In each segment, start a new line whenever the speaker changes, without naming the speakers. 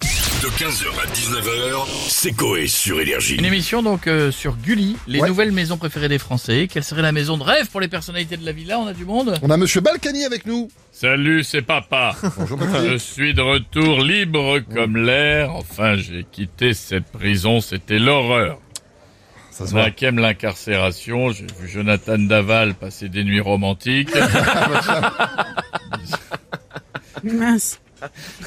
De 15h à 19h, c'est Coé sur Énergie.
Une émission donc euh, sur Gulli, les
Ouais.
nouvelles maisons préférées des Français. Quelle serait la maison de rêve pour les personnalités de la villa On a du monde
On a Monsieur Balkany avec nous.
Salut, c'est papa.
Bonjour
Je
Balkany.
suis de retour libre comme l'air. Enfin, j'ai quitté cette prison, c'était l'horreur.
Ça se voit.
Cinquième l'incarcération, j'ai vu Jonathan Daval passer des nuits romantiques.
Mince.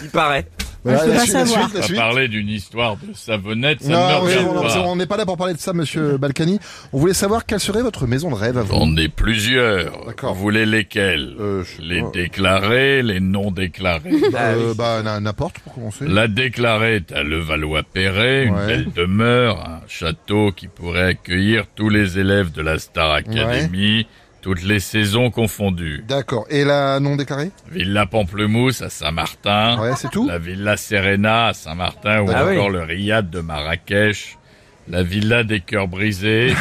Il paraît.
Voilà,
Ah, Je veux
la,
pas
suite, la
savoir.
suite, la
On
suite.
va parler d'une histoire de savonnette, ça
Non,
ne me
oui,
regarde
on-
pas.
on n'est pas là pour parler de ça, Monsieur Balkany. On voulait savoir quelle serait votre maison de rêve à vous.
J'en ai plusieurs.
D'accord.
Vous voulez lesquels
Euh, je sais
Les
pas.
déclarés, les non déclarés.
Ah
Euh, bah na- n'importe pour commencer.
La déclarée est à Levallois-Perret, une
Ouais.
belle demeure, un château qui pourrait accueillir tous les élèves de la Star Academy, toutes les saisons confondues.
D'accord. Et la non déclarée
Villa Pamplemousse à Saint-Martin,
Ouais, c'est tout.
Hein la Villa Serena à Saint-Martin ou
Ah oui.
encore le Riad de Marrakech, la Villa des Cœurs Brisés,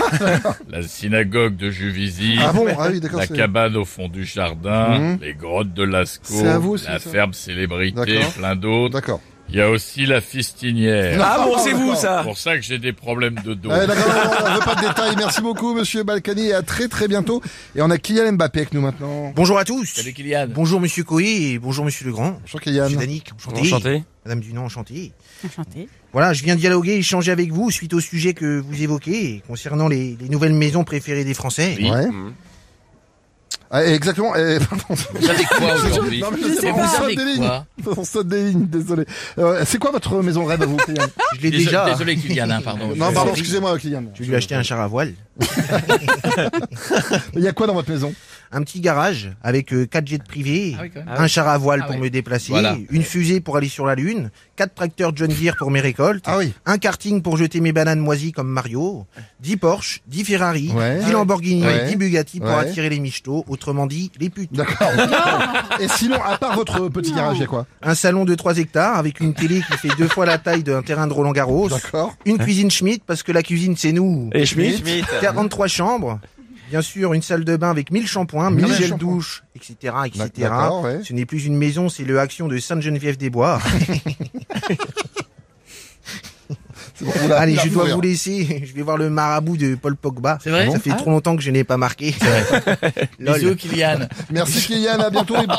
la synagogue de Juvisy,
Ah bon Ah oui, d'accord.
la
c'est-
cabane au fond du jardin,
Mhm.
les grottes de
C'est à vous
Lascaux,
aussi,
la
ça.
ferme Célébrité,
D'accord.
plein d'autres.
D'accord.
Il y a aussi la Fistinière.
Non.
Ah bon, c'est vous
C'est
ça
pour ça que j'ai des problèmes de dos.
Ouais, Eh, d'accord, on on veut pas de détails. Merci beaucoup, Monsieur Balkany, et à très très bientôt. Et on a Kylian Mbappé avec nous maintenant.
Bonjour à tous.
Kylian.
Bonjour Monsieur Coé et bonjour Monsieur Legrand.
Bonjour
Je
Kylian.
suis Danick, enchanté.
Enchanté.
Madame Dunant, enchanté.
Enchanté.
Voilà, je viens dialoguer, échanger avec vous suite au sujet que vous évoquez concernant les, les nouvelles maisons préférées des Français.
Oui.
Ouais.
Mm.
Mhm.
Ah, et exactement. et- pardon.
Vous avez quoi aujourd'hui
Non, mais
Je sais
on
pas.
saute
Vous
des
avez
lignes.
quoi
On saute des lignes, désolé. Euh, c'est quoi votre maison de rêve à vous, Kylian
Je l'ai
Désolé-
déjà.
Désolé Kylian, hein, pardon.
Non,
Je-
pardon, excusez-moi, Kylian.
Je lui ai acheté un char à voile,
Il y a quoi dans votre maison
un petit garage avec euh, quatre jets de privé,
Ah oui, quand même.
un char à voile
Ah
pour
ouais.
me déplacer,
Voilà.
une fusée pour aller sur la lune, quatre tracteurs John Deere pour mes récoltes,
Ah oui.
un karting pour jeter mes bananes moisies comme Mario, 10 Porsche, 10 Ferrari,
Ouais.
10 Lamborghini,
Ouais.
10 Bugatti pour
Ouais.
attirer les michetots, autrement dit les putes.
D'accord. Et sinon, à part votre petit garage, il y a quoi
Un salon de 3 hectares avec une télé qui fait deux fois la taille d'un terrain de Roland Garros,
D'accord.
une cuisine Schmidt parce que la cuisine c'est nous,
Et Schmitt
43 chambres, bien sûr une salle de bain avec 1000 shampoings, 1000
Mille
gels
shampoings.
douche, etc. etc.
D'accord, ouais.
Ce n'est plus une maison, c'est le action de Sainte-Geneviève-des-Bois.
C'est bon, oula,
Allez,
oula,
je dois
ouvrir.
vous laisser. Je vais voir le marabout de Paul Pogba.
C'est vrai
Ça fait
Ah.
trop longtemps que je n'ai pas marqué. Lol.
Bisous Kylian.
Merci Kylian, à bientôt. et bon-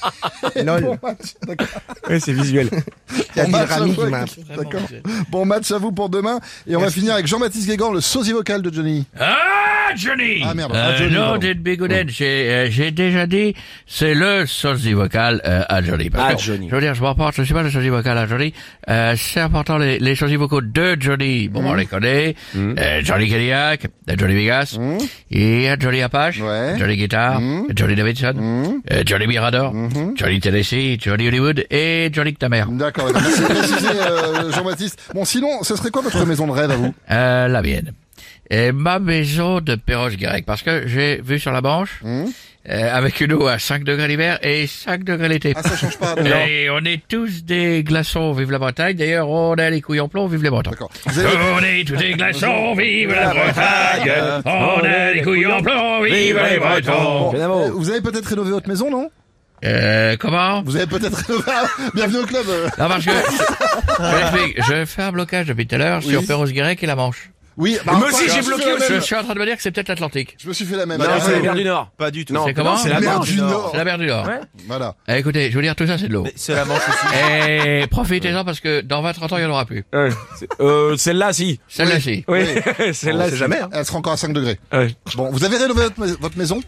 et
Lol.
Bon match, d'accord.
Ouais, c'est visuel.
Il y a
On
des
marche
ramis
un
qui
peu.
m'a-
Vraiment,
D'accord.
j'ai-
Bon match à vous pour demain. Et on va finir avec Jean-Baptiste Guégan, le sosie vocal de Johnny.
Ah, Johnny
Ah, merde. Ah,
Euh,
Johnny,
non,
pardon.
dites bigoudette, j'ai euh, j'ai déjà dit, c'est le sosie vocal euh, à Johnny.
Ah,
Parce
À
que,
Johnny.
Je veux dire, je m'emporte, je suis pas le sosie vocal à Johnny. Euh, c'est important, les, les sosies vocaux de Johnny.
Mmh.
Bon, on les connaît. Euh, Johnny Cadillac, euh, Johnny Vegas, et euh, Johnny Apache,
Mmh. Ouais. Mmh.
Johnny Guitar, Johnny Davidson, euh, Johnny Mirador, Johnny Tennessee, Johnny Hollywood et Johnny que ta mère.
D'accord, d'accord. merci de préciser, euh, Jean-Baptiste. Bon, sinon, ce serait quoi votre maison de rêve à vous
Euh, la mienne. Et ma maison de Perroche-Guirec, parce que j'ai vu sur la Manche,
Hmm.
euh, avec une eau à 5 degrés l'hiver et 5 degrés l'été.
Ah, ça change pas. d'accord.
et on est tous des glaçons, vive la Bretagne. D'ailleurs, on a les couilles en plomb, vive les Bretons.
D'accord. Vous
Euh,
avez-
On est tous des glaçons, vive la Bretagne On a les couilles en plomb, vive les Bretons
Euh, Vous avez peut-être rénové votre maison, non
Euh, comment
Vous avez peut-être rénové. Ah, Bienvenue au club. euh.
Non, parce que je, t'explique, je fais un blocage depuis tout à l'heure
Oui.
sur Perroche-Guirec et la Manche.
Oui. bah,
Moi
enfin,
aussi, j'ai
je me suis
bloqué
fait la
aussi.
Je
même.
suis en train de me dire que c'est peut-être l'Atlantique.
Je me suis fait la même.
Non,
Alors,
Bah, c'est
euh,
les mers du Nord.
Pas du tout.
C'est comment
la mer
Manche
du Nord.
C'est la mer du Nord.
Ouais.
Voilà.
Eh, écoutez, je veux dire, tout ça, c'est de l'eau.
Mais C'est la manche aussi.
Et profitez-en parce que dans 20-30 ans, il n'y en aura plus.
Ouais, c'est- euh, Celle-là, si.
Celle-là-ci.
Oui, celle-là, si.
jamais. hein.
Elle sera encore à 5 degrés.
Ouais.
Bon, vous avez rénové votre, mais- votre maison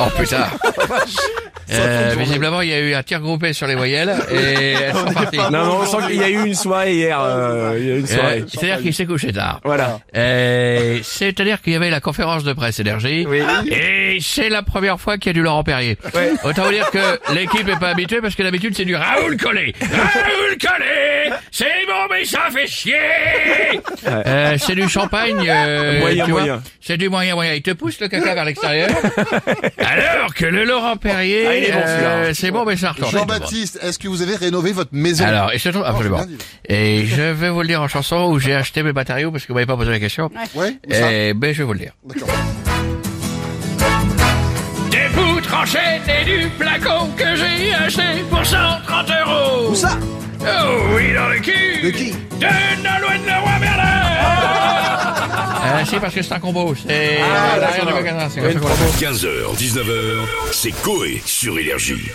Oh putain
fin de
euh,
journée.
Visiblement, il y a eu un tir groupé sur les voyelles et elles sont parties.
Non, non, on sent qu'il y a eu une soirée hier. euh, il y a eu une soirée.
Euh, C'est-à-dire qu'il s'est couché tard.
Voilà.
Euh, C'est-à-dire qu'il y avait la conférence de presse énergie.
Oui.
Et c'est la première fois qu'il y a du Laurent Perrier.
Ouais.
Autant vous dire que l'équipe est pas habituée parce que d'habitude c'est du Raoul Collet. Raoul Collet, c'est bon mais ça fait chier. Euh, c'est du champagne. euh,
Moyen,
tu vois.
moyen.
C'est du moyen moyen. Il te pousse le caca vers l'extérieur. Alors que le Laurent Perrier,
Ah, il est bon, celui-là.
euh, c'est bon mais ça retourne.
Jean-Baptiste, est-ce que vous avez rénové votre maison
Alors, et surtout, absolument.
bien dit.
Et je vais vous le dire en chanson où j'ai acheté mes matériaux parce que vous m'avez pas posé la question.
Ouais, où
euh,
ça
Eh ben, je vais vous le dire.
D'accord.
Des poutres enchaînées du placot que j'ai acheté pour 130 euros. Où ça Oh oui, dans le cul
De qui
de Nolwenn Leroy Merlin
Euh, c'est parce que c'est un combo.
Ah,
C'est l'arrière de Baccarat, c'est comme ça qu'on l'appelle.
15h, 19h, c'est Coé sur Énergie.